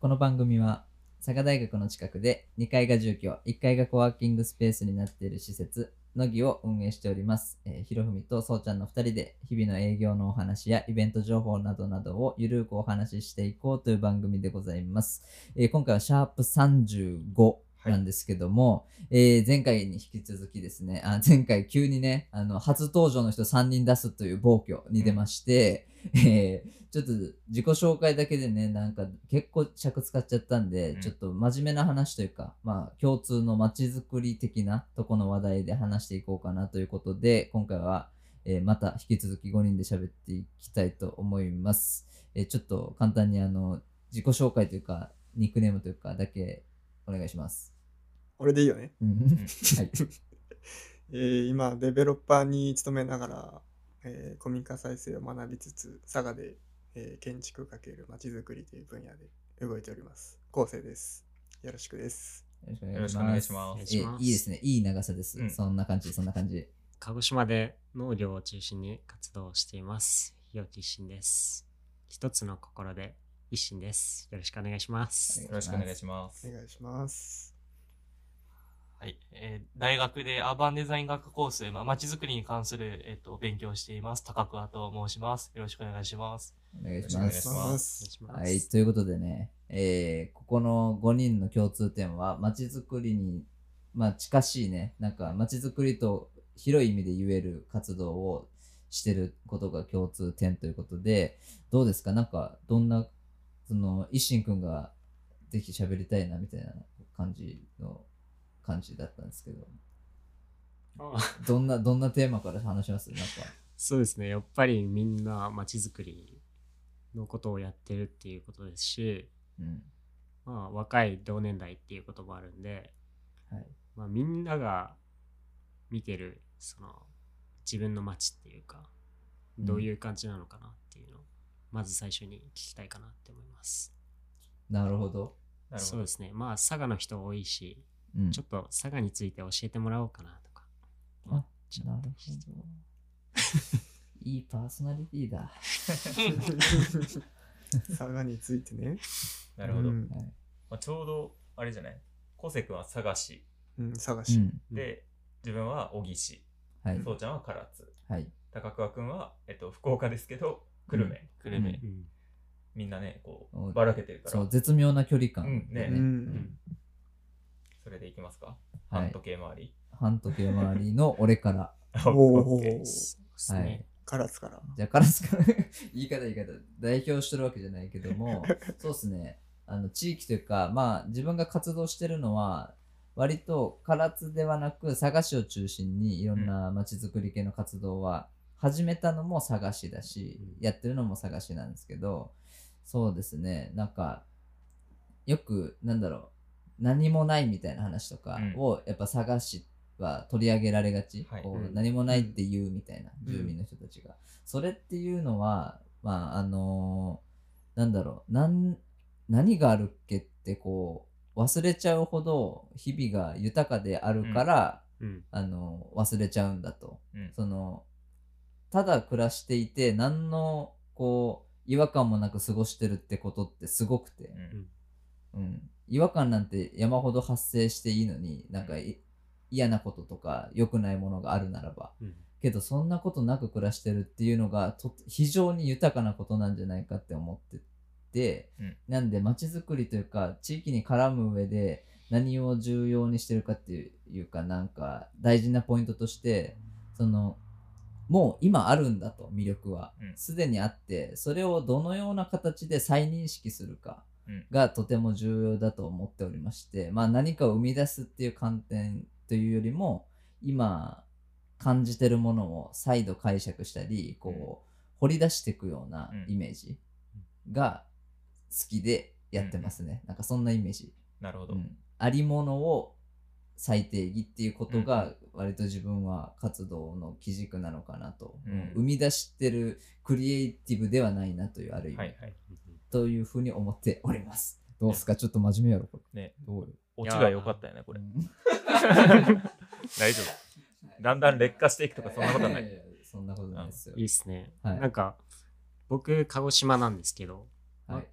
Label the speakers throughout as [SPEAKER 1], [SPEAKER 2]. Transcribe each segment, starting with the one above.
[SPEAKER 1] この番組は佐賀大学の近くで2階が住居1階がコワーキングスペースになっている施設のぎを運営しております、えー、ひろふみとそうちゃんの2人で日々の営業のお話やイベント情報などなどをゆるーくお話ししていこうという番組でございます、えー今回はシャープ35なんですけども、えー前回に引き続きですねあ前回急にねあの初登場の人3人出すという暴挙に出まして、えーちょっと自己紹介だけでね、なんか結構尺使っちゃったんで、
[SPEAKER 2] うん
[SPEAKER 1] ちょっと真面目な話というか、まあ共通のまちづくり的なとこの話題で話していこうかなということで、今回は、えーまた引き続き5人で喋っていきたいと思います。えーちょっと簡単にあの、自己紹介というか、ニックネームというかだけお願いします。
[SPEAKER 3] 俺でいいよね。
[SPEAKER 1] うんはい。
[SPEAKER 3] えー今、デベロッパーに勤めながら、えー古民家再生を学びつつ、佐賀で、えー建築×まちづくりという分野で動いております。昴生です。よろしくです。
[SPEAKER 1] よ
[SPEAKER 2] ろしくお願いします
[SPEAKER 1] えーいいですね。いい長さです。
[SPEAKER 2] うん
[SPEAKER 1] そんな感じ、そんな感じ。
[SPEAKER 4] 鹿児島で農業を中心に活動をしています。ひよき一心です。一つの心で一心です。よろしくお願いします。
[SPEAKER 2] よろしくお願いします。
[SPEAKER 3] お願いします。
[SPEAKER 5] はい、えー大学でアーバンデザイン学コース、まあ、街づくりに関する、えっと勉強をしています。高桑と申します。よろしくお願いします。
[SPEAKER 1] お願いし
[SPEAKER 2] お願
[SPEAKER 1] ま
[SPEAKER 2] いし
[SPEAKER 1] す
[SPEAKER 2] ます。
[SPEAKER 4] お願いします。
[SPEAKER 1] はい、ということでね、えーここの5人の共通点は、まちづくりに、まあ、近しいね、なんか、まちづくりと広い意味で言える活動をしてることが共通点ということで、どうですかなんか、どんな、その、一心くんがぜひ喋りたいなみたいな感じの感じだったんですけど、
[SPEAKER 4] あ
[SPEAKER 1] どんな、どんなテーマから話しますなんか、
[SPEAKER 4] そうですね。やっぱりみんな街づくりのことをやってるっていうことですし、
[SPEAKER 1] うん。
[SPEAKER 4] まあ若い同年代っていうこともあるんで、
[SPEAKER 1] はい。
[SPEAKER 4] まあみんなが見てるその自分の街っていうか、
[SPEAKER 1] うん
[SPEAKER 4] どういう感じなのかなっていうのを、まず最初に聞きたいかなって思います。
[SPEAKER 1] なるほど。
[SPEAKER 2] なるほ
[SPEAKER 4] そう
[SPEAKER 2] ど
[SPEAKER 4] で。すね。まあ、佐賀の人多いし、
[SPEAKER 1] うん。
[SPEAKER 4] ちょっと佐賀について教えてもらおうかなとか。
[SPEAKER 1] あ
[SPEAKER 4] あ、ち
[SPEAKER 1] な
[SPEAKER 4] ょっ
[SPEAKER 1] る
[SPEAKER 4] と
[SPEAKER 1] ほど。 いいパーソナリティだ。
[SPEAKER 3] 佐賀についてね。
[SPEAKER 2] なるほど。
[SPEAKER 3] うん
[SPEAKER 1] はい
[SPEAKER 2] まあ、ちょうど、あれじゃない昴生君は佐賀市
[SPEAKER 3] うん、佐賀
[SPEAKER 1] う
[SPEAKER 3] 市。
[SPEAKER 1] ん。
[SPEAKER 2] で、自分は小城市、
[SPEAKER 1] はい。
[SPEAKER 2] そうちゃんは唐津、
[SPEAKER 1] はい。
[SPEAKER 2] 高桑君は、えっと、福岡ですけど、久留米。
[SPEAKER 5] くるめ。
[SPEAKER 4] うん
[SPEAKER 2] みんなね、こ
[SPEAKER 1] お
[SPEAKER 2] う、ばらけてるから。
[SPEAKER 1] そう、絶妙な距離感。
[SPEAKER 2] うんね
[SPEAKER 3] うん
[SPEAKER 1] うん
[SPEAKER 2] それでいきますか
[SPEAKER 1] は
[SPEAKER 2] 半
[SPEAKER 1] い
[SPEAKER 2] 時。計回り。
[SPEAKER 1] 半時計回りの俺から。
[SPEAKER 3] お
[SPEAKER 2] OK
[SPEAKER 3] お、
[SPEAKER 4] そうです
[SPEAKER 1] は
[SPEAKER 4] ね
[SPEAKER 1] い。。
[SPEAKER 3] カラスから。
[SPEAKER 1] じゃあ、カラスから言い方言い方、代表してるわけじゃないけども、そうですね。あの、地域というか、まあ、自分が活動してるのは、割と唐津ではなく佐賀市を中心にいろんなまちづくり系の活動は始めたのも佐賀市だし、
[SPEAKER 4] うん
[SPEAKER 1] やってるのも佐賀市なんですけどそうですねなんかよくなんだろう何もないみたいな話とか
[SPEAKER 2] うん
[SPEAKER 1] をやっぱ佐賀市は取り上げられがち、
[SPEAKER 2] はい
[SPEAKER 1] こう
[SPEAKER 4] うん
[SPEAKER 1] 何もないって言うみたいな、
[SPEAKER 3] うん
[SPEAKER 1] 住民の人たちがそれっていうのはまああのーなんだろうなん何があるっけってこう忘れちゃうほど日々が豊かであるから、
[SPEAKER 4] うん。
[SPEAKER 1] あの忘れちゃうんだと
[SPEAKER 2] うん
[SPEAKER 1] そのただ暮らしていて何のこう違和感もなく過ごしてるってことってすごくて
[SPEAKER 2] う、ん
[SPEAKER 1] うん、違和感なんて山ほど発生していいのになんかい嫌なこととか良くないものがあるならば
[SPEAKER 4] うん
[SPEAKER 1] けどそんなことなく暮らしてるっていうのがと非常に豊かなことなんじゃないかって思ってて、
[SPEAKER 2] うん
[SPEAKER 1] なんで街づくりというか地域に絡む上で何を重要にしてるかっていうかなんか大事なポイントとしてそのもう今あるんだと魅力は
[SPEAKER 2] うん
[SPEAKER 1] すで、にあってそれをどのような形で再認識するか
[SPEAKER 2] うん
[SPEAKER 1] がとても重要だと思っておりまして、まあ、何かを生み出すっていう観点というよりも今感じてるものを再度解釈したりこう掘り出していくような
[SPEAKER 2] うん
[SPEAKER 1] イメージが好きでやってますね、なんかそんなイメージ、
[SPEAKER 2] なるほど。
[SPEAKER 1] うんありものを再定義っていうことが割と自分は活動の基軸なのかなと、
[SPEAKER 2] うん
[SPEAKER 1] 生み出してるクリエイティブではないなというある意味、
[SPEAKER 2] はいはい。
[SPEAKER 1] というふうに思っておりますどうすかちょっと真面目やろこれ
[SPEAKER 2] ね、
[SPEAKER 1] どうよ
[SPEAKER 2] オチが良かったよね、これ。大丈夫。だんだん劣化していくとか、そんなことはない。
[SPEAKER 1] やややそんなことないですよ
[SPEAKER 4] いいですね。
[SPEAKER 1] はい
[SPEAKER 4] なんか、僕、鹿児島なんですけど、
[SPEAKER 1] はい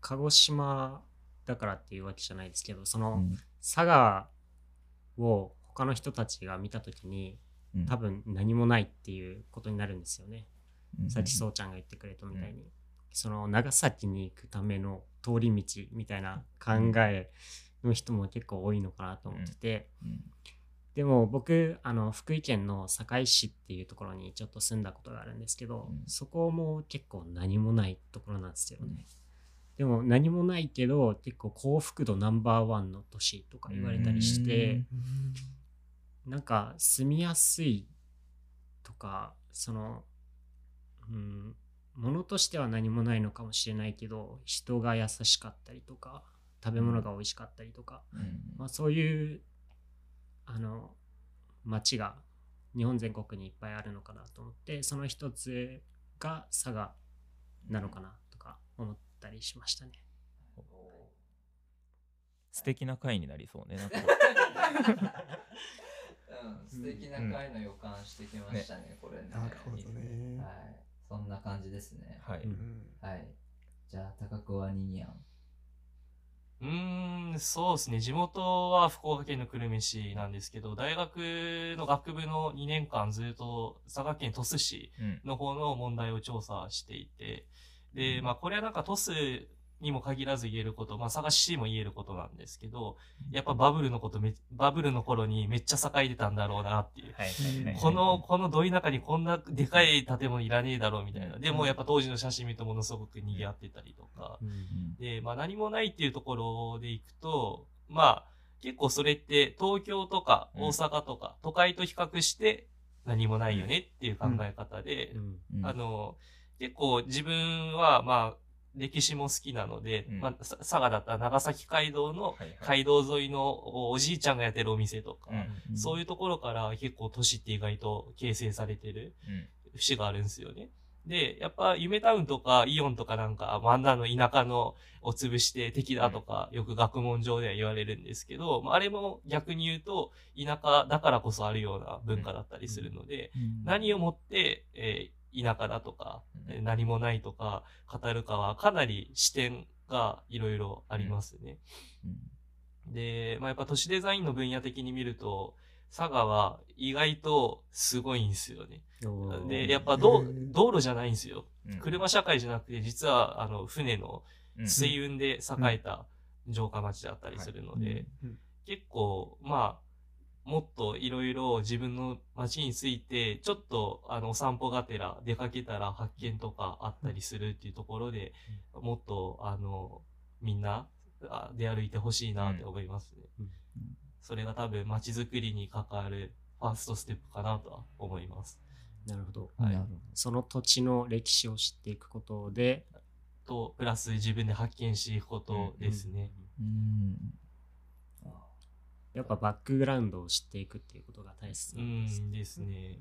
[SPEAKER 4] 鹿児島だからっていうわけじゃないですけどそうの
[SPEAKER 1] ん
[SPEAKER 4] 佐賀を他の人たちが見た時に
[SPEAKER 1] うん
[SPEAKER 4] 多分何もないっていうことになるんですよね、
[SPEAKER 1] うん
[SPEAKER 4] さっきそうちゃんが言ってくれたみたいに、その長崎に行くための通り道みたいな考えの人も結構多いのかなと思ってて、
[SPEAKER 1] うん
[SPEAKER 4] でも僕あの福井県の坂井市っていうところにちょっと住んだことがあるんですけど、
[SPEAKER 1] うん
[SPEAKER 4] そこも結構何もないところなんですよね、
[SPEAKER 1] うん
[SPEAKER 4] でも何もないけど結構幸福度ナンバーワンの都市とか言われたりしてなんか住みやすいとかそのうんものとしては何もないのかもしれないけど人が優しかったりとか食べ物が美味しかったりとか、
[SPEAKER 1] うん
[SPEAKER 4] まあ、そういうあの町が日本全国にいっぱいあるのかなと思ってその一つが佐賀なのかなとか思ったりしましたね。
[SPEAKER 2] 素敵な回になりそうね。なんか
[SPEAKER 1] うん、素敵な回の予感してきましたね、これね。
[SPEAKER 3] なるほどね
[SPEAKER 1] はい。そんな感じですね。
[SPEAKER 2] はい。
[SPEAKER 4] うん
[SPEAKER 3] うん
[SPEAKER 1] はい。じゃあ、高くはににゃん。
[SPEAKER 5] うーん、そうですね。地元は福岡県の久留米市なんですけど、大学の学部の2年間ずっと佐賀県鳥栖市
[SPEAKER 2] うん
[SPEAKER 5] の方の問題を調査していて、で、まあこれはなんか鳥栖にも限らず言えること、まあ佐賀市も言えることなんですけど、やっぱバブルのことめ、バブルの頃にめっちゃ栄えてたんだろうなっていう。
[SPEAKER 2] はいはいはい
[SPEAKER 5] この、このどい中にこんなでかい建物いらねえだろうみたいな。でもやっぱ当時の写真見るとものすごく賑わってたりとか、で、まあ何もないっていうところでいくと、まあ結構それって東京とか
[SPEAKER 2] うん
[SPEAKER 5] 大阪とか都会と比較して何もないよねっていう考え方で、
[SPEAKER 4] うん
[SPEAKER 1] うん
[SPEAKER 5] あの、結構自分はまあ歴史も好きなので、
[SPEAKER 2] うん
[SPEAKER 5] まあさ佐賀だったら長崎街道
[SPEAKER 2] は
[SPEAKER 5] の
[SPEAKER 2] いはい
[SPEAKER 5] 街道沿いのおおじいちゃんがやってるお店とか、
[SPEAKER 2] うん
[SPEAKER 5] そういうところから結構都市って意外と形成されてる
[SPEAKER 2] うん
[SPEAKER 5] 節があるんですよね。で、やっぱ、夢タウンとか、イオンとかなんか、まああんなの田舎のを潰して敵だとか、よく学問上では言われるんですけど、まあ、あれも逆に言うと、田舎だからこそあるような文化だったりするので、何をもって、えー田舎だとか、
[SPEAKER 2] うん
[SPEAKER 5] えー何もないとか、語るかは、かなり視点がいろいろありますね。
[SPEAKER 1] うん
[SPEAKER 5] で、まあ、やっぱ都市デザインの分野的に見ると、佐賀は意外とすごいんですよね。
[SPEAKER 4] おー
[SPEAKER 5] で、やっぱ道
[SPEAKER 3] へー
[SPEAKER 5] 道路じゃないんですよ。
[SPEAKER 2] うん
[SPEAKER 5] 車社会じゃなくて、実はあの船の
[SPEAKER 2] うん
[SPEAKER 5] 水運で栄えた城下町だったりするので、
[SPEAKER 3] うんうん
[SPEAKER 5] 結構、まあ、もっといろいろ自分の町について、ちょっとあのお散歩がてら出かけたら発見とかあったりするっていうところで、もっとあのみんなあ出歩いてほしいなって思いますね。
[SPEAKER 4] うん
[SPEAKER 5] それが多分町づくりに関わるファーストステップかなとは思います。
[SPEAKER 4] なるほど
[SPEAKER 5] はい
[SPEAKER 1] なるほど
[SPEAKER 4] その土地の歴史を知っていくことで
[SPEAKER 5] と、プラス自分で発見していくことですね。
[SPEAKER 1] うん
[SPEAKER 4] やっぱバックグラウンドを知っていくっていうことが大切
[SPEAKER 5] う
[SPEAKER 4] なんです
[SPEAKER 5] ん
[SPEAKER 4] ね。
[SPEAKER 5] ですね。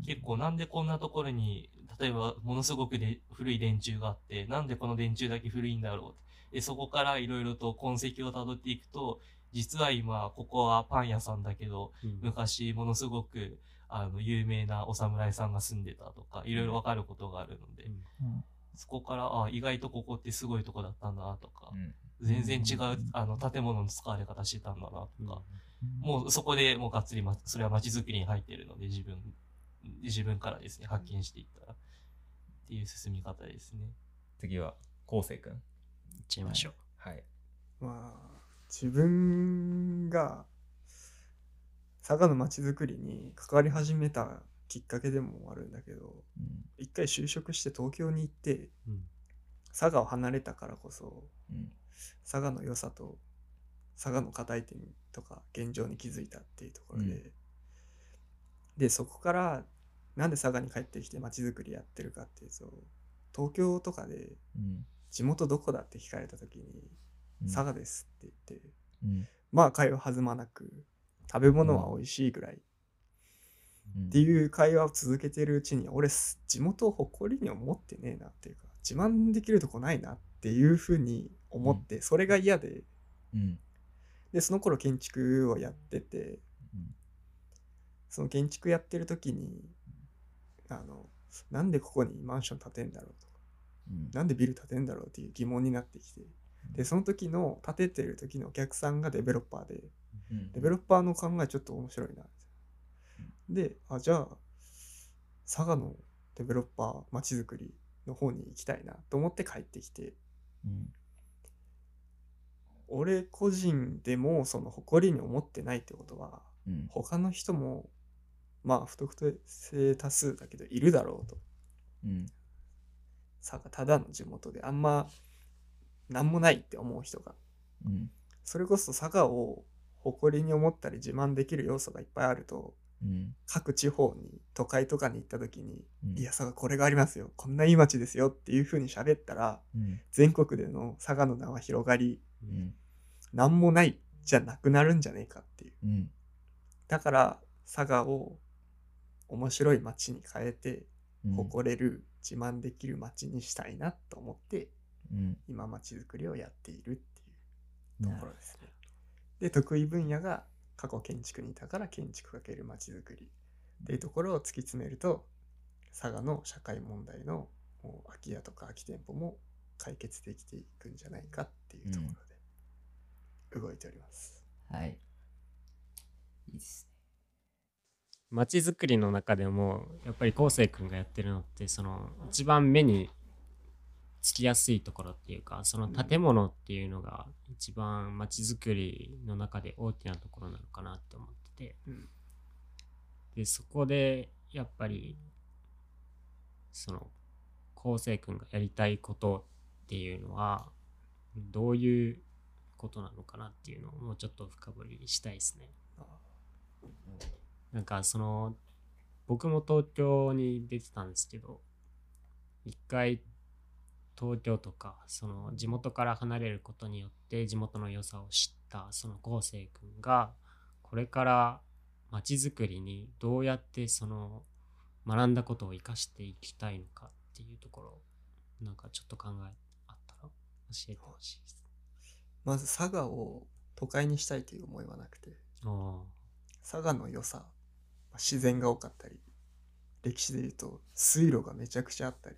[SPEAKER 1] うん
[SPEAKER 5] 結構なんでこんなところに、例えばものすごくで古い電柱があって、なんでこの電柱だけ古いんだろうって。で、そこからいろいろと痕跡をたどっていくと、実は今、ここはパン屋さんだけど、
[SPEAKER 4] うん
[SPEAKER 5] 昔ものすごく、あの、有名なお侍さんが住んでたとか、いろいろわかることがあるので、
[SPEAKER 4] うん
[SPEAKER 5] そこから、あ、意外とここってすごいとこだったんだなとか
[SPEAKER 2] う、ん
[SPEAKER 5] 全然違
[SPEAKER 1] う、
[SPEAKER 5] うんあの、建物の使われ方してたんだなと
[SPEAKER 4] うん
[SPEAKER 5] か、もうそこでもうがっつり、ま、それは街づくりに入っているので、自分、自分からですね、発見していったら、っていう進み方ですね。
[SPEAKER 2] 次は、こうせいくん。
[SPEAKER 4] 行っちゃいましょう。
[SPEAKER 2] はい。
[SPEAKER 3] まあ自分が佐賀のまちづくりに関わり始めたきっかけでもあるんだけど
[SPEAKER 1] うん
[SPEAKER 3] 一回就職して東京に行って
[SPEAKER 4] うん
[SPEAKER 3] 佐賀を離れたからこそ
[SPEAKER 1] うん
[SPEAKER 3] 佐賀の良さと佐賀の課題点とか現状に気づいたっていうところで、
[SPEAKER 1] うん
[SPEAKER 3] でそこからなんで佐賀に帰ってきて街づくりやってるかっていうと東京とかで
[SPEAKER 1] うん
[SPEAKER 3] 地元どこだって聞かれた時に
[SPEAKER 1] うん
[SPEAKER 3] 佐賀ですって言って、
[SPEAKER 1] うん
[SPEAKER 3] まあ会話弾まなく食べ物は美味しいぐらい
[SPEAKER 1] うん
[SPEAKER 3] っていう会話を続けてるうちに俺す地元を誇りに思ってねえなっていうか自慢できるとこないなっていうふうに思って、それが嫌で
[SPEAKER 1] うん
[SPEAKER 3] でその頃建築をやってて
[SPEAKER 1] うん
[SPEAKER 3] その建築やってる時にあのなんでここにマンション建てんだろうとか
[SPEAKER 1] うん
[SPEAKER 3] なんでビル建てんだろうっていう疑問になってきてでその時の建ててる時のお客さんがデベロッパーで
[SPEAKER 1] うん
[SPEAKER 3] デベロッパーの考えちょっと面白いな。で、あ、じゃあ、佐賀のデベロッパーまちづくりの方に行きたいなと思って帰ってきて、
[SPEAKER 1] うん
[SPEAKER 3] 俺個人でもその誇りに思ってないってことは、
[SPEAKER 1] うん
[SPEAKER 3] 他の人も、まあ、不特定多数だけどいるだろうと。
[SPEAKER 1] うん
[SPEAKER 3] 佐賀ただの地元であんま何もないって思う人が。
[SPEAKER 1] うん
[SPEAKER 3] それこそ佐賀を誇りに思ったり自慢できる要素がいっぱいあると、
[SPEAKER 1] うん
[SPEAKER 3] 各地方に都会とかに行った時に
[SPEAKER 1] う
[SPEAKER 3] 「
[SPEAKER 1] ん
[SPEAKER 3] いや佐賀これがありますよこんないい街ですよ」っていう風に喋ったら
[SPEAKER 1] うん
[SPEAKER 3] 全国での佐賀の名は広がり
[SPEAKER 1] うん
[SPEAKER 3] なんもないじゃなくなるんじゃねえかっていう
[SPEAKER 1] うん
[SPEAKER 3] だから佐賀を面白い街に変えて
[SPEAKER 1] うん
[SPEAKER 3] 誇れる自慢できる街にしたいなと思って
[SPEAKER 1] うん
[SPEAKER 3] 今街づくりをやっているっていうと
[SPEAKER 1] な
[SPEAKER 3] ころですねで得意分野が過去建築にいたから建築×街づくりっていうところを突き詰めると佐賀の社会問題のもう空き家とか空き店舗も解決できていくんじゃないかっていうところで動いております。
[SPEAKER 1] はいいいです
[SPEAKER 4] 街づくりの中でもやっぱり昴生君がやってるのってその一番目につきやすいところっていうかその建物っていうのが一番街づくりの中で大きなところなのかなって思ってて、
[SPEAKER 3] うん
[SPEAKER 4] でそこでやっぱりその昴生君がやりたいことっていうのはどういうことなのかなっていうのをもうちょっと深掘りしたいですね。なんかその僕も東京に出てたんですけど一回東京とかその地元から離れることによって地元の良さを知ったその昴生君がこれから街づくりにどうやってその学んだことを生かしていきたいのかっていうところなんかちょっと考えあったら教えてほしいです。
[SPEAKER 3] まず佐賀を都会にしたいという思いはなくて
[SPEAKER 4] あー
[SPEAKER 3] 佐賀の良さまあ自然が多かったり歴史で言うと水路がめちゃくちゃあったり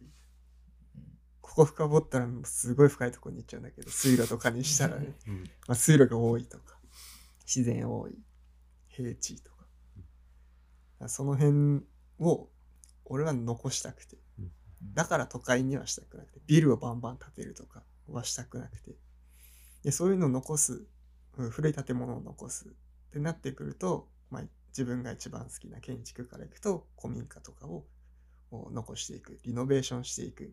[SPEAKER 3] ここ深掘ったらもうすごい深いところに行っちゃうんだけど水路とかにしたらね
[SPEAKER 4] うん
[SPEAKER 3] まあ、水路が多いとか自然多い平地とかその辺を俺は残したくて
[SPEAKER 4] うん
[SPEAKER 3] だから都会にはしたくなくてビルをバンバン建てるとかはしたくなくてでそういうのを残すうん古い建物を残すってなってくると、まあ、自分が一番好きな建築からいくと古民家とかをを残していくリノベーションしていくっ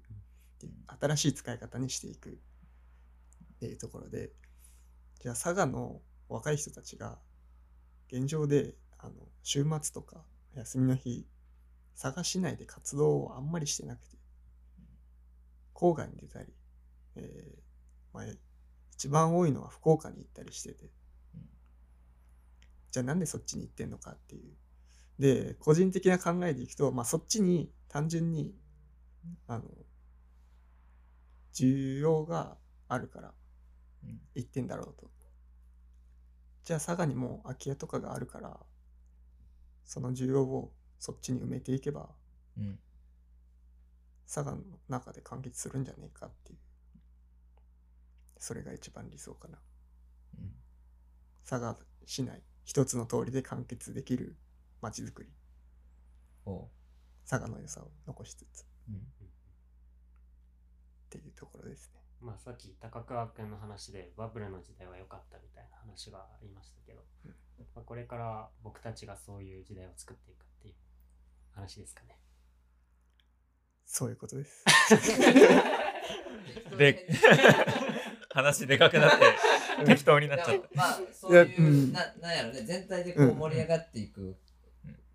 [SPEAKER 3] ていう新しい使い方にしていくっていうところでじゃあ佐賀の若い人たちが現状であの週末とか休みの日佐賀市内で活動をあんまりしてなくて郊外に出たり、えーまあ、一番多いのは福岡に行ったりしててじゃあなんでそっちに行ってんのかっていうで個人的な考えでいくと、まあ、そっちに単純にあの需要があるから
[SPEAKER 1] うん
[SPEAKER 3] 行ってんだろうと。じゃあ佐賀にも空き家とかがあるからその需要をそっちに埋めていけば
[SPEAKER 1] ねうん
[SPEAKER 3] 佐賀の中で完結するんじゃねえかっていうそれが一番理想かな
[SPEAKER 1] うん
[SPEAKER 3] 佐賀市内一つの通りで完結できる街づくり
[SPEAKER 1] おう
[SPEAKER 3] 佐賀の良さを残しつつっ
[SPEAKER 1] うん
[SPEAKER 3] ていうところですね
[SPEAKER 4] まあ、さっき高川君の話でバブルの時代は良かったみたいな話がありましたけど、まあ、これから僕たちがそういう時代を作っていくっていう話ですかね。
[SPEAKER 3] そういうことです
[SPEAKER 2] で話でかくなって 適当になっちゃ
[SPEAKER 1] で
[SPEAKER 2] った
[SPEAKER 1] も。まあそうい
[SPEAKER 3] いやうん
[SPEAKER 1] うななんやろね全体でこ
[SPEAKER 3] う
[SPEAKER 1] うん盛り上がっていく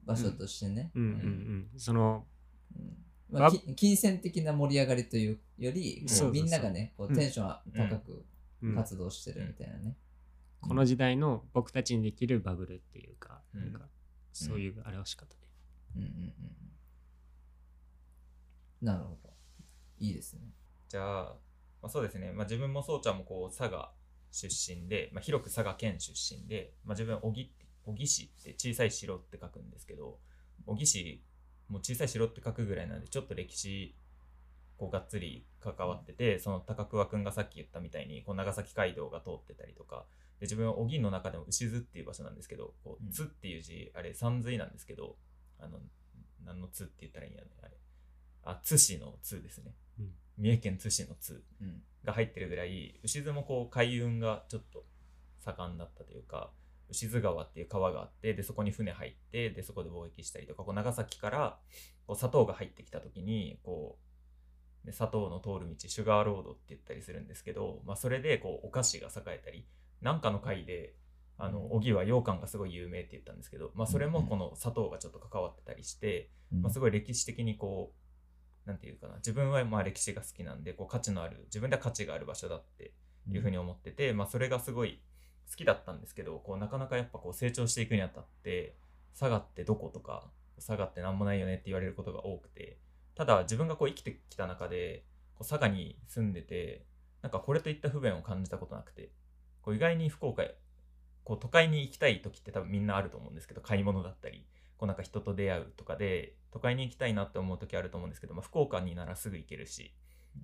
[SPEAKER 1] 場所としてね、
[SPEAKER 4] うんうんうん。その、
[SPEAKER 1] うんまあ、
[SPEAKER 4] ま
[SPEAKER 1] き金銭的な盛り上がりというより
[SPEAKER 4] そうそう
[SPEAKER 1] も
[SPEAKER 4] そ
[SPEAKER 1] うみ
[SPEAKER 4] う
[SPEAKER 1] んながねこ
[SPEAKER 3] う
[SPEAKER 1] うんテンション高く
[SPEAKER 4] うん
[SPEAKER 1] 活動してるみたいなね、
[SPEAKER 4] この時代の僕たちにできるバブルっていうか、
[SPEAKER 2] うん
[SPEAKER 4] なんかそういう表し方で。
[SPEAKER 1] うんうんうんうんなるほどいいですね
[SPEAKER 2] じゃあ、まあ、そうですね、まあ、自分もそうちゃんもこう佐賀出身で、まあ、広く佐賀県出身で、まあ、自分小木小木市って小さい城って書くんですけど小木市も小さい城って書くぐらいなんでちょっと歴史こうがっつり関わってて、その高桑君がさっき言ったみたいにこう長崎街道が通ってたりとかで自分は小銀の中でも牛津っていう場所なんですけど「こ
[SPEAKER 1] うん
[SPEAKER 2] う津」っていう字あれ山髄なんですけどあの何の津って言ったらいいんやねあれあ津市の津ですね、
[SPEAKER 4] うん
[SPEAKER 2] 三重県津市の津
[SPEAKER 1] うん
[SPEAKER 2] が入ってるぐらい牛津もこう海運がちょっと盛んだったというか牛津川っていう川があってでそこに船入ってでそこで貿易したりとかこう長崎からこう砂糖が入ってきた時にこうで砂糖の通る道シュガーロードって言ったりするんですけど、まあ、それでこうお菓子が栄えたりなんかの回であの小木は羊羹がすごい有名って言ったんですけど、まあ、それもこの砂糖がちょっと関わってたりして、
[SPEAKER 1] うん
[SPEAKER 2] まあ、すごい歴史的にこうなんていうかな自分はまあ歴史が好きなんでこう価値のある自分では価値がある場所だっていうふうに思ってて、まあ、それがすごい好きだったんですけどこうなかなかやっぱこう成長していくにあたって佐賀ってどことか佐賀ってなんもないよねって言われることが多くてただ自分がこう生きてきた中でこう佐賀に住んでてなんかこれといった不便を感じたことなくてこう意外に福岡へこう都会に行きたい時って多分みんなあると思うんですけど買い物だったりこうなんか人と出会うとかで都会に行きたいなって思う時あると思うんですけど、まあ、福岡にならすぐ行けるし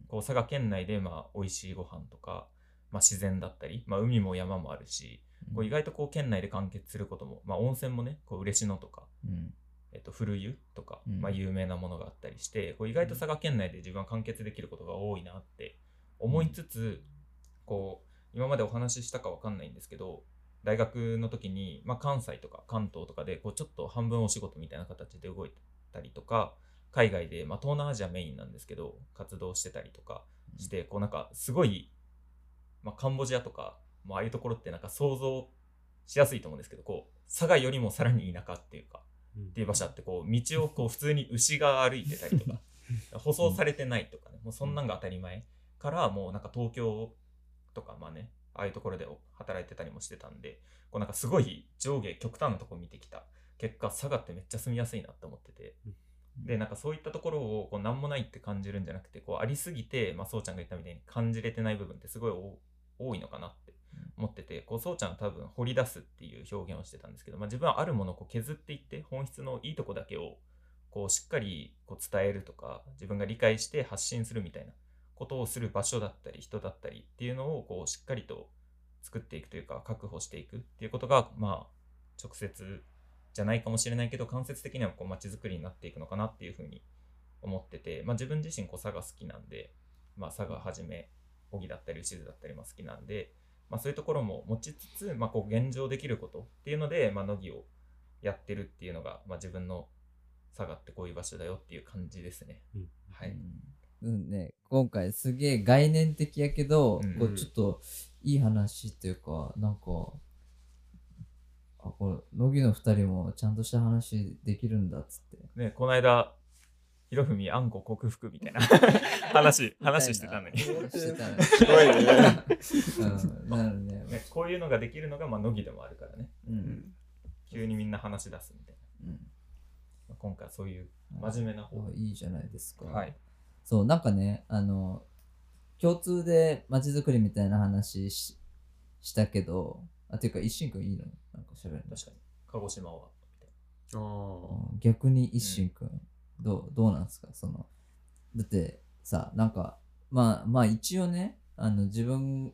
[SPEAKER 2] こう佐賀県内でまあ美味しいご飯とか、まあ、自然だったり、まあ、海も山もあるしこう意外とこう県内で完結することも、まあ、温泉もねこう嬉野とか、
[SPEAKER 1] うん
[SPEAKER 2] えっと、古湯とか、
[SPEAKER 1] うん
[SPEAKER 2] まあ、有名なものがあったりしてこう意外と佐賀県内で自分は完結できることが多いなって思いつつこう今までお話ししたかわかんないんですけど大学の時に、まあ、関西とか関東とかでこうちょっと半分お仕事みたいな形で動いたりとか海外で、まあ、東南アジアメインなんですけど活動してたりとかしてこうなんかすごい、まあ、カンボジアとか、まあああいうところってなんか想像しやすいと思うんですけどこう佐賀よりもさらに田舎っていうか
[SPEAKER 4] うん
[SPEAKER 2] っていう場所あってこう道をこう普通に牛が歩いてたりと か舗装されてないとかねもうそんなんが当たり前からもうなんか東京とかまあねああいうところで働いてたりもしてたんでこうなんかすごい上下極端なとこ見てきた結果佐賀ってめっちゃ住みやすいなって思っててでなんかそういったところをこう何もないって感じるんじゃなくてこうありすぎて、まあ、そうちゃんが言ったみたいに感じれてない部分ってすごい多多いのかなって思っててこうそうちゃんは多分掘り出すっていう表現をしてたんですけど、まあ、自分はあるものをこう削っていって本質のいいとこだけをこうしっかりこう伝えるとか自分が理解して発信するみたいなことをする場所だったり人だったりっていうのをこうしっかりと作っていくというか確保していくっていうことがまあ直接じゃないかもしれないけど間接的にはこう街づくりになっていくのかなっていうふうに思ってて、まあ、自分自身こう佐賀好きなんで、まあ、佐賀はじめ小木だったり牛津だったりも好きなんで、まあ、そういうところも持ちつつ、まあ、こう現状できることっていうので、まあ、乃木をやってるっていうのが、まあ、自分の佐賀ってこういう場所だよっていう感じですね。
[SPEAKER 4] うん
[SPEAKER 2] はい、
[SPEAKER 1] うんね、今回すげえ概念的やけど、
[SPEAKER 2] うん
[SPEAKER 1] こうちょっといい話っていうかなんかあこれ乃木の二人もちゃんとした話できるんだっつって
[SPEAKER 2] ねこの間ひろふみあんこ克服みたいな話話してたのに、
[SPEAKER 1] みいなしてたのに
[SPEAKER 3] すごいね。
[SPEAKER 1] うん、なるね、
[SPEAKER 2] ね、こういうのができるのが、まあ、乃木でもあるからね
[SPEAKER 1] う
[SPEAKER 3] うんん
[SPEAKER 2] 急にみんな話し出すみたいな、
[SPEAKER 1] うん、
[SPEAKER 2] まあ、今回はそういう真面目な方
[SPEAKER 1] あいいじゃないですか、
[SPEAKER 2] はい、
[SPEAKER 1] そうなんかねあの共通でまちづくりみたいな話ししたけどあていうか一心くんいいのなんか喋るの
[SPEAKER 2] 確かに鹿児島は
[SPEAKER 4] あー
[SPEAKER 1] うん逆に一心くん、どうどうなんですかそのだってさなんかまあまあ一応ねあの自分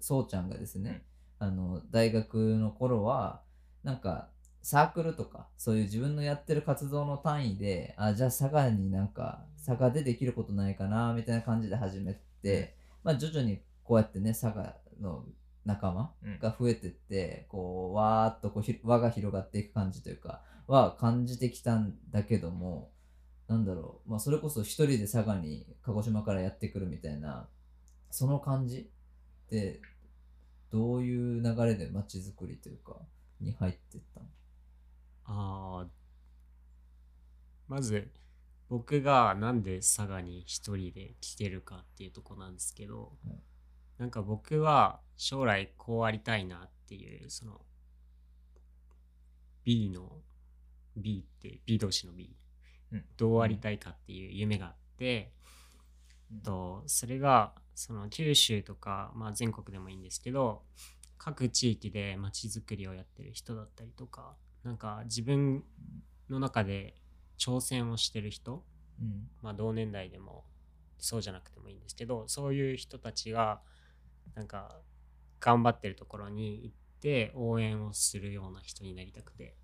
[SPEAKER 1] そうちゃんがですね、あの大学の頃はなんかサークルとかそういう自分のやってる活動の単位であじゃあ佐賀になんか佐賀でできることないかなみたいな感じで始めて、まあ徐々にこうやってね佐賀の仲間
[SPEAKER 2] うん
[SPEAKER 1] が増えてってこうわーっとこうひ輪が広がっていく感じというかは感じてきたんだけどもなんだろう、まあ、それこそ一人で佐賀に鹿児島からやってくるみたいなその感じってどういう流れで街づくりというかに入ってったの
[SPEAKER 4] あーまず僕がなんで佐賀に一人で来てるかっていうとこなんですけど、
[SPEAKER 1] うん
[SPEAKER 4] なんか僕は将来こうありたいなっていうその B の B って B 同士の B、
[SPEAKER 2] うん
[SPEAKER 4] どうありたいかっていう夢があって、とそれがその九州とか、まあ、全国でもいいんですけど各地域でまちづくりをやってる人だったりとかなんか自分の中で挑戦をしてる人、
[SPEAKER 1] うん
[SPEAKER 4] まあ、同年代でもそうじゃなくてもいいんですけどそういう人たちがなんか頑張ってるところに行って応援をするような人になりたくて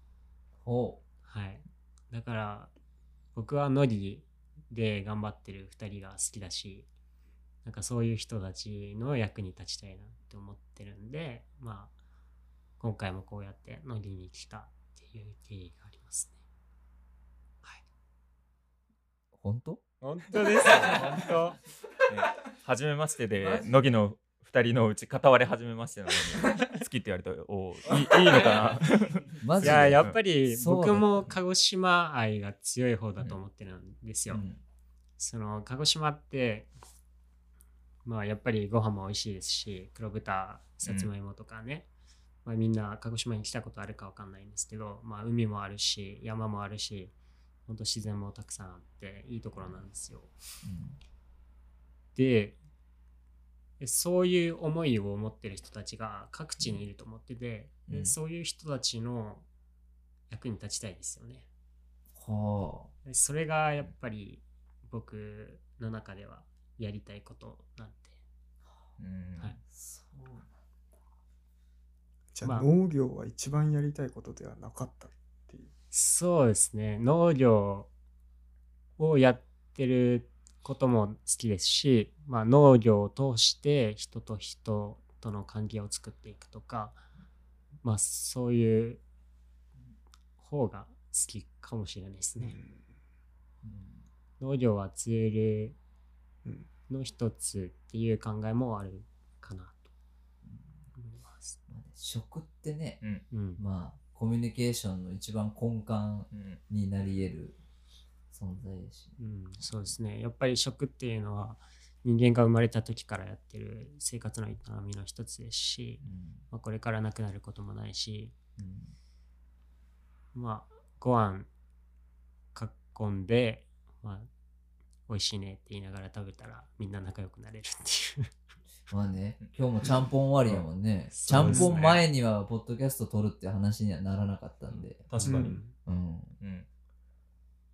[SPEAKER 1] ほ
[SPEAKER 4] はいだから僕はノリで頑張ってる2人が好きだしなんかそういう人たちの役に立ちたいなって思ってるんでまあ今回もこうやってノリに来たっていう経緯がありますね
[SPEAKER 1] う。本当
[SPEAKER 2] 本当です本当、ね、初めましてで乃木の二人のうち片割れ初めましてなのに好きって言われたらおーいいいいのか
[SPEAKER 1] マ
[SPEAKER 4] い
[SPEAKER 1] ジで
[SPEAKER 4] ややっぱり
[SPEAKER 1] そうだ
[SPEAKER 4] 僕も鹿児島愛が強い方だと思ってるんですよ。
[SPEAKER 1] うん
[SPEAKER 4] その鹿児島ってまあやっぱりご飯も美味しいですし黒豚さつまいもとかね、まあ、みんな鹿児島に来たことあるかわかんないんですけど、まあ、海もあるし山もあるしほんと自然もたくさんあっていいところなんですよ。でそういう思いを持ってる人たちが各地にいると思ってて、で
[SPEAKER 1] うん
[SPEAKER 4] そういう人たちの役に立ちたいですよね。
[SPEAKER 1] ほ
[SPEAKER 4] でそれがやっぱり僕の中ではやりたいことなん
[SPEAKER 2] な、うん
[SPEAKER 4] はい
[SPEAKER 3] じゃ
[SPEAKER 4] ま
[SPEAKER 3] あ
[SPEAKER 4] あ
[SPEAKER 3] 農業は一番やりたいことではなかったっていう。
[SPEAKER 4] そうですね農業をやってることも好きですし、まあ、農業を通して人と人との関係を作っていくとか、まあ、そういう方が好きかもしれないですね。農業はツールの一つっていう考えもあるかなと思います。
[SPEAKER 1] うまあね食ってね、
[SPEAKER 2] うん
[SPEAKER 4] うん、
[SPEAKER 1] まあ、コミュニケーションの一番根幹
[SPEAKER 2] うん
[SPEAKER 1] になり得る存在だし。
[SPEAKER 4] うん、そうですねやっぱり食っていうのは人間が生まれた時からやってる生活の営みの一つですし、まあ、これからなくなることもないし
[SPEAKER 1] うんうん
[SPEAKER 4] まあご飯囲んで、まあ、美味しいねって言いながら食べたらみんな仲良くなれるっていう
[SPEAKER 1] まあね、今日もちゃんぽん終わりやもんね。ちゃ
[SPEAKER 4] そうんですね
[SPEAKER 1] ぽん前にはポッドキャスト撮るって話にはならなかったんで。
[SPEAKER 2] 確かに、
[SPEAKER 3] う
[SPEAKER 2] うん
[SPEAKER 3] ん
[SPEAKER 1] うん。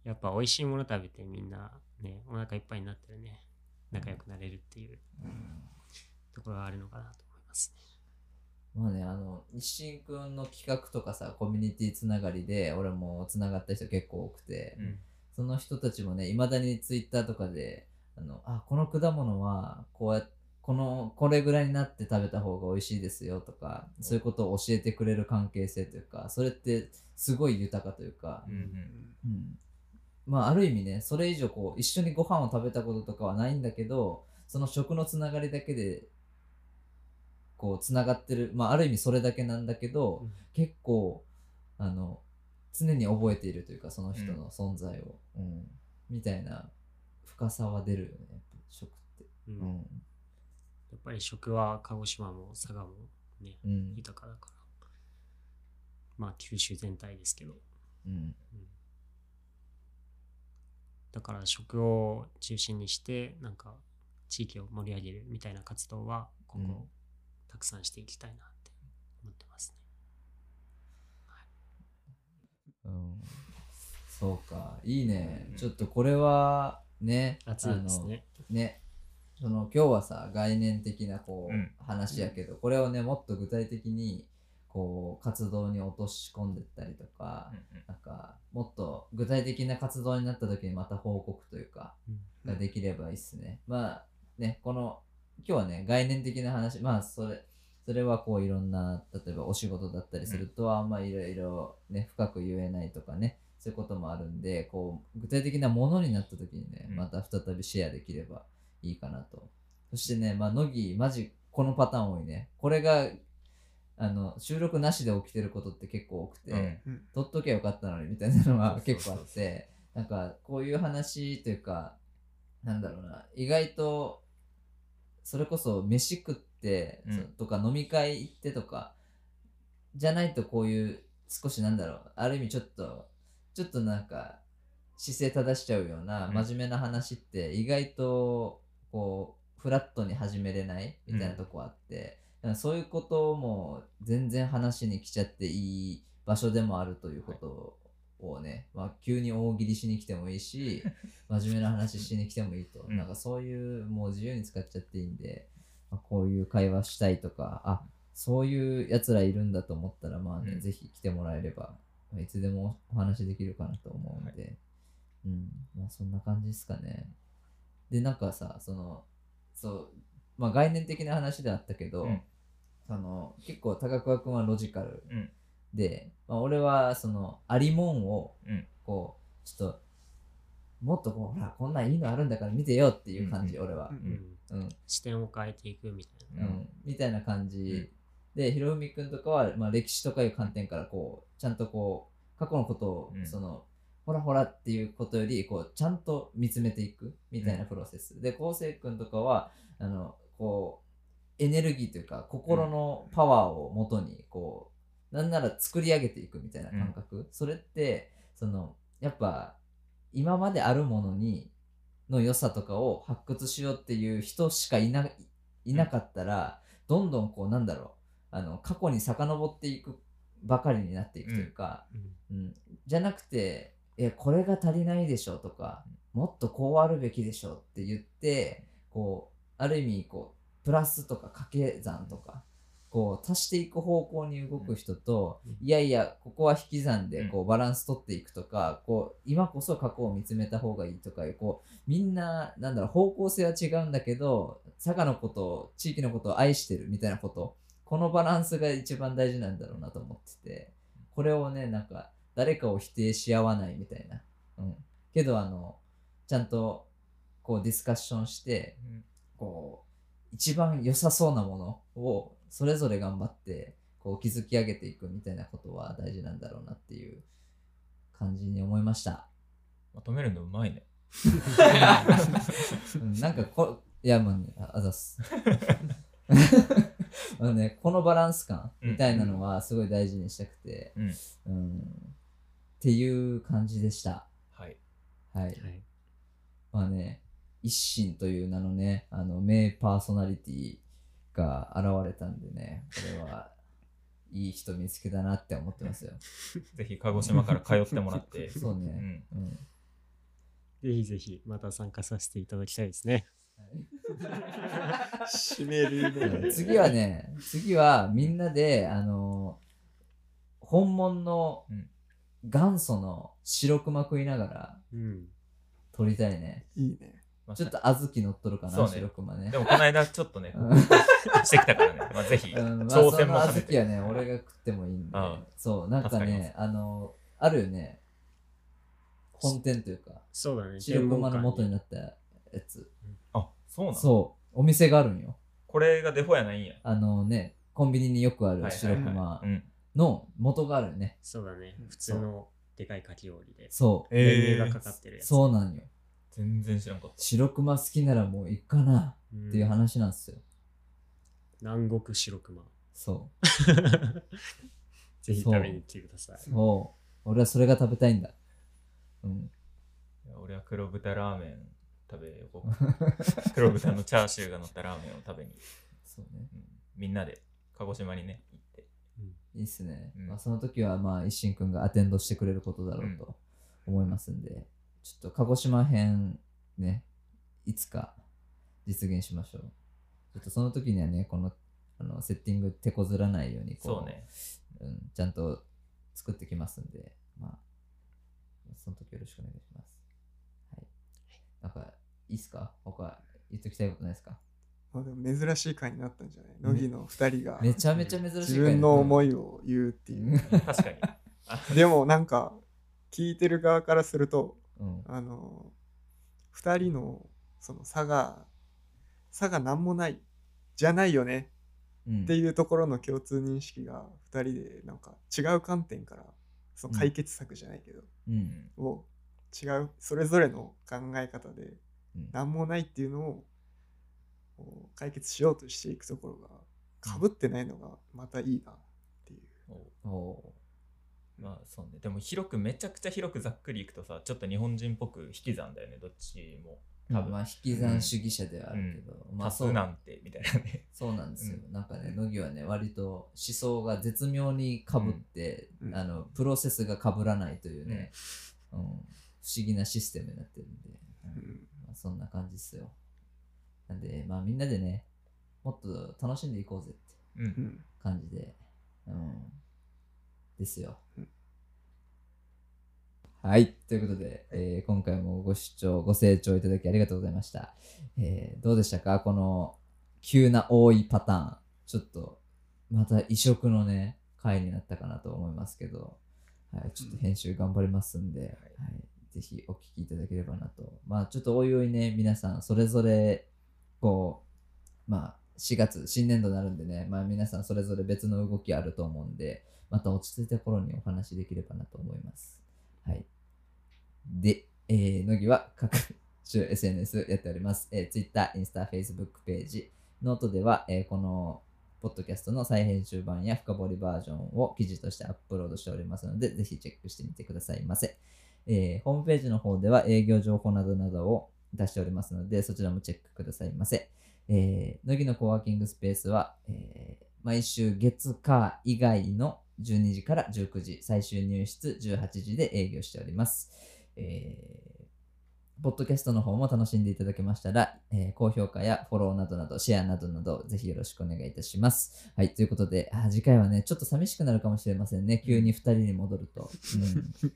[SPEAKER 4] やっぱ美味しいもの食べてみんなねお腹いっぱいになったらね仲良くなれるっていうところがあるのかなと思いますね。
[SPEAKER 1] まあね、あの、日清くんの企画とかさ、コミュニティつながりで、俺もつながった人結構多くて、
[SPEAKER 2] うん
[SPEAKER 1] その人たちもね、いまだにツイッターとかで、あの、あ、この果物は、こうやこの、これぐらいになって食べた方が美味しいですよとか、そういうことを教えてくれる関係性というか、それってすごい豊かというか
[SPEAKER 2] うん、うん
[SPEAKER 1] うん、まあある意味ねそれ以上こう一緒にご飯を食べたこととかはないんだけどその食のつながりだけでこうつながってるまあある意味それだけなんだけど、
[SPEAKER 4] うん
[SPEAKER 1] 結構あの常に覚えているというかその人の存在を、うんみたいな深さは出るよねやっぱ食って、
[SPEAKER 4] うん
[SPEAKER 1] う
[SPEAKER 4] や
[SPEAKER 1] ん
[SPEAKER 4] っぱり食は鹿児島も佐賀もね
[SPEAKER 1] うん
[SPEAKER 4] 豊かだからまあ九州全体ですけど、
[SPEAKER 1] うん
[SPEAKER 4] うんだから食を中心にしてなんか地域を盛り上げるみたいな活動は今
[SPEAKER 1] う
[SPEAKER 4] 後たくさんしていきたいなって思ってますね、
[SPEAKER 1] うんそうかいいね、ちょっとこれはね
[SPEAKER 4] 暑いです
[SPEAKER 1] あの
[SPEAKER 4] ね
[SPEAKER 1] ね、その今日はさ概念的なこう、
[SPEAKER 2] うん
[SPEAKER 1] 話やけどこれをねもっと具体的にこう活動に落とし込んでったりとか、なんかもっと具体的な活動になった時にまた報告というか、
[SPEAKER 3] うん
[SPEAKER 1] ができればいいっすね。まあねこの今日はね概念的な話まあそれそれはこういろんな例えばお仕事だったりするとあんまいろいろね深く言えないとかねそういうこともあるんでこう具体的なものになった時にね
[SPEAKER 2] うん
[SPEAKER 1] また再びシェアできればいいかなと。そしてね、まあ、乃木、マジ、このパターン多いね。これが、あの、収録なしで起きてることって結構多くて、
[SPEAKER 2] うん
[SPEAKER 1] 撮っときゃよかったのにみたいなのが
[SPEAKER 2] そうそう
[SPEAKER 1] 結
[SPEAKER 2] そう
[SPEAKER 1] 構あ
[SPEAKER 2] そう
[SPEAKER 1] ってなんかこういう話というかなんだろうな意外とそれこそ飯食って、
[SPEAKER 2] うん
[SPEAKER 1] そとか飲み会行ってとかじゃないとこういう少しなんだろうある意味ちょっとちょっとなんか姿勢正しちゃうような
[SPEAKER 2] うん
[SPEAKER 1] 真面目な話って意外とこうフラットに始めれないみたいなとこあって、だからそういうことも全然話に来ちゃっていい場所でもあるということをね、まあ、急に大喜利しに来てもいいし真面目な話しに来てもいいと、
[SPEAKER 2] うん
[SPEAKER 1] なんかそういうもう自由に使っちゃっていいんで、まあ、こういう会話したいとかあそういうやつらいるんだと思ったらまあね、
[SPEAKER 2] うん
[SPEAKER 1] ぜひ来てもらえればまあいつでもお話できるかなと思うんで、うんまあそんな感じですかねでなんかさそのそうまあ概念的な話であったけど、
[SPEAKER 2] うん
[SPEAKER 1] あの結構高桑君はロジカル
[SPEAKER 2] うん
[SPEAKER 1] で、まあ、俺はそのありもんを
[SPEAKER 2] うん
[SPEAKER 1] こうちょっともっとこうほらこんなんいいのあるんだから見てよっていう感じ、
[SPEAKER 2] うん
[SPEAKER 1] 俺は
[SPEAKER 3] う、ん
[SPEAKER 4] うん
[SPEAKER 1] うん
[SPEAKER 4] 視点を変えていくみたいな。
[SPEAKER 1] うんみたいな感じ、でひろふみくんとかは、まあ、歴史とかいう観点からこうちゃんとこう過去のことを、
[SPEAKER 2] うん
[SPEAKER 1] そのほらほらっていうことよりこうちゃんと見つめていくみたいなプロセス、でこうせいくんとかはあのこうエネルギーというか心のパワーをもとにこうなんなら作り上げていくみたいな感覚、それってそのやっぱ今まであるものにの良さとかを発掘しようっていう人しかいないなかったら、どんどんこうなんだろうあの過去に遡っていくばかりになっていくというか、
[SPEAKER 4] うん
[SPEAKER 1] うんじゃなくて「えこれが足りないでしょ」とか「もっとこうあるべきでしょ」って言ってこうある意味こうプラスとか掛け算とかこう足していく方向に動く人と、
[SPEAKER 4] う
[SPEAKER 1] いやいやここは引き算で
[SPEAKER 2] うん
[SPEAKER 1] こうバランス取っていくとか、こう今こそ過去を見つめた方がいいとかいうこうみんななんだろう方向性は違うんだけど佐賀のことを地域のことを愛してるみたいなことこのバランスが一番大事なんだろうなと思っててこれをねなんか誰かを否定し合わないみたいな、うん、けどあのちゃんとこうディスカッションしてこう一番良さそうなものをそれぞれ頑張ってこう築き上げていくみたいなことは大事なんだろうなっていう感じに思いました、
[SPEAKER 2] まとめるのうまいね。
[SPEAKER 1] うん、なんかこいやまあねああざっ すあのねこのバランス感みたいなのはすごい大事にしたくて、うんっていう感じでした
[SPEAKER 2] はい。
[SPEAKER 1] はい
[SPEAKER 4] はい。
[SPEAKER 1] まあね、一心という名のね、あの名パーソナリティが現れたんでね、これはいい人見つけたなって思ってますよ。
[SPEAKER 2] ぜひ鹿児島から通ってもら って。
[SPEAKER 1] そう
[SPEAKER 2] う
[SPEAKER 1] ね。
[SPEAKER 2] ん。
[SPEAKER 1] うん
[SPEAKER 4] ぜひぜひまた参加させていただきたいですね。
[SPEAKER 3] 締める
[SPEAKER 1] うん
[SPEAKER 3] ね。
[SPEAKER 1] 次はね、次はみんなで、あの本物の
[SPEAKER 2] うん
[SPEAKER 1] 元祖の白熊食いながら
[SPEAKER 4] うん。
[SPEAKER 1] 撮りたいね。
[SPEAKER 3] いいね。
[SPEAKER 2] まあ
[SPEAKER 1] ちょっと小豆乗っとるか
[SPEAKER 2] そう
[SPEAKER 1] な、
[SPEAKER 2] ね
[SPEAKER 1] 白熊ね
[SPEAKER 2] で。もこの間ちょっとね、
[SPEAKER 1] うん
[SPEAKER 2] してきたからね。 まあぜひ、
[SPEAKER 1] うんまあ、
[SPEAKER 2] 挑戦も
[SPEAKER 1] その小豆
[SPEAKER 2] 兼ねて。
[SPEAKER 1] はね、俺が食ってもいいんで、
[SPEAKER 2] うん
[SPEAKER 1] そう、なんか
[SPEAKER 2] 助かりま
[SPEAKER 1] ね、あの、あるよね、本店というか、
[SPEAKER 4] そうだね。
[SPEAKER 1] 白熊の元にな
[SPEAKER 4] っ
[SPEAKER 1] ったやつ。
[SPEAKER 2] あ、そうなの
[SPEAKER 1] そう、お店があるんよ。
[SPEAKER 2] これがデフォやないんや。
[SPEAKER 1] あのね、コンビニによくある白
[SPEAKER 2] はいはい
[SPEAKER 1] 熊
[SPEAKER 2] はいうん。
[SPEAKER 1] の元があるよね。
[SPEAKER 4] そうだね
[SPEAKER 3] うん。
[SPEAKER 4] 普通のでかいかき氷で。
[SPEAKER 1] そう、
[SPEAKER 2] へー
[SPEAKER 4] 練乳がかかってるやつ。
[SPEAKER 1] そうなんよ。
[SPEAKER 2] 全然知らんかった。
[SPEAKER 1] 白熊好きならもう行くかな
[SPEAKER 4] うん
[SPEAKER 1] っていう話なんですよ。
[SPEAKER 4] 南国白熊。
[SPEAKER 1] そ、。
[SPEAKER 4] ぜひ食べに来てくださいう
[SPEAKER 1] そう、俺はそれが食べたいんだ。うん、
[SPEAKER 2] いや俺は黒豚ラーメン食べよう。 黒豚のチャーシューが乗ったラーメンを食べに、
[SPEAKER 1] そうね。
[SPEAKER 2] うんみんなで鹿児島にね、行って。
[SPEAKER 1] いいっすね。
[SPEAKER 2] うん
[SPEAKER 1] まあ、その時は、まあ、一心くんがアテンドしてくれることだろうと思いますんで、ちょっと鹿児島編ね、いつか実現しましょう。ちょっとその時にはね、このあのセッティング手こずらないようにこう
[SPEAKER 2] そうね。
[SPEAKER 1] うん、ちゃんと作ってきますんで、まあ、その時よろしくお願いします。はい。なんか、いいっすか他言っときたいことないですか
[SPEAKER 3] まあ、でも珍しい回になったんじゃない乃木の2人が
[SPEAKER 1] めちゃめちゃ珍しい
[SPEAKER 3] 自分の思
[SPEAKER 1] い
[SPEAKER 3] いを言うっていう。
[SPEAKER 2] 確かに。
[SPEAKER 3] でもなんか聞いてる側からすると
[SPEAKER 1] うん。
[SPEAKER 3] あの2人のその差が差が何もないじゃないよね
[SPEAKER 1] うん
[SPEAKER 3] っていうところの共通認識が2人でなんか違う観点からその解決策じゃないけど、
[SPEAKER 1] うん。
[SPEAKER 3] を違うそれぞれの考え方で
[SPEAKER 1] うん
[SPEAKER 3] 何もないっていうのをこう解決しようとしていくところがかぶってないのがまたいいなっていう。
[SPEAKER 2] お
[SPEAKER 1] おー
[SPEAKER 2] まあそうね。でも広く、めちゃくちゃ広くざっくりいくとさ、ちょっと日本人っぽく引き算だよね、どっちも。多
[SPEAKER 1] まあ
[SPEAKER 2] 分
[SPEAKER 1] 引き算主義者ではあるけど、まあ
[SPEAKER 2] 多
[SPEAKER 1] そう
[SPEAKER 2] 数なんてみたいなね。
[SPEAKER 1] そうなんですよ、
[SPEAKER 2] う
[SPEAKER 1] なんかね乃木はね割と思想が絶妙にかぶって、
[SPEAKER 3] うん
[SPEAKER 1] あのプロセスがかぶらないというね、うん不思議なシステムになってるんで、
[SPEAKER 3] うん
[SPEAKER 1] まあ、そんな感じっすよなんでまあみんなでねもっと楽しんでいこうぜって
[SPEAKER 2] う。
[SPEAKER 3] うんん
[SPEAKER 1] 感じで、うん、ですよ
[SPEAKER 3] うん。
[SPEAKER 1] はい、ということで、えー今回もご視聴、ご清聴いただきありがとうございました。えーどうでしたかこの急な多いパターン。ちょっと、また異色のね、回になったかなと思いますけど、はい、ちょっと編集頑張りますんで、はいぜひお聞きいただければなと。まあ、ちょっとおいおいね、皆さん、それぞれ、こう、まあ、4月、新年度になるんでね、まあ、皆さんそれぞれ別の動きあると思うんで、また落ち着いた頃にお話しできればなと思います。はい。で、えー、乃木は各種 SNS やっております。えー、Twitter、インスタ、Facebook ページ、ノートでは、えーこのポッドキャストの再編集版や深掘りバージョンを記事としてアップロードしておりますので、ぜひチェックしてみてくださいませ。えーホームページの方では営業情報などなどを出しておりますので、そちらもチェックくださいませ。えー、乃木のコワーキングスペースは、えー毎週月火以外の12時から19時、最終入室18時で営業しております。えーポッドキャストの方も楽しんでいただけましたら、えー高評価やフォローなどなど、シェアなどなど、ぜひよろしくお願いいたします。はい、ということで、あー次回はね、ちょっと寂しくなるかもしれませんね。急に2人に戻ると。うん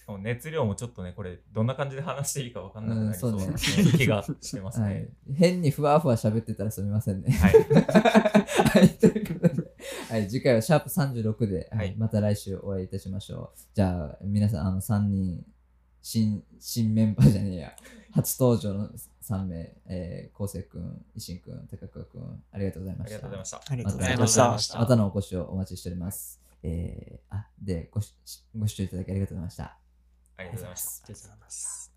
[SPEAKER 2] しかも熱量もちょっとね、これ、どんな感じで話していいか分かんなくなりそうな
[SPEAKER 1] うんそうね
[SPEAKER 2] 気がしてます
[SPEAKER 1] は
[SPEAKER 2] ね
[SPEAKER 1] い。、変にふわふわ喋ってたらすみませんね。
[SPEAKER 2] はい。
[SPEAKER 1] はい、ということで、はい、次回はシャープ36で、は
[SPEAKER 2] はいい、
[SPEAKER 1] また来週お会いいたしましょう。じゃあ、皆さん、あの3人、新、新メンバーじゃねえや、初登場の3名、えー、昴生君、維新君、高桑君、ありがとうござい
[SPEAKER 2] あ
[SPEAKER 1] ま
[SPEAKER 2] り
[SPEAKER 1] し
[SPEAKER 2] がとうご
[SPEAKER 1] た
[SPEAKER 2] ざいま。した。
[SPEAKER 3] ありがとうご
[SPEAKER 5] あ
[SPEAKER 3] ざ
[SPEAKER 5] り
[SPEAKER 3] い
[SPEAKER 5] がと
[SPEAKER 3] ま
[SPEAKER 5] うご
[SPEAKER 3] し
[SPEAKER 5] ざい
[SPEAKER 3] た
[SPEAKER 5] ま。した。
[SPEAKER 1] またのお越しをお待ちしております。えー、あ、で、ごしご視聴いただきありがとうございました。
[SPEAKER 2] ありがとうございました。
[SPEAKER 4] ありがとうございます。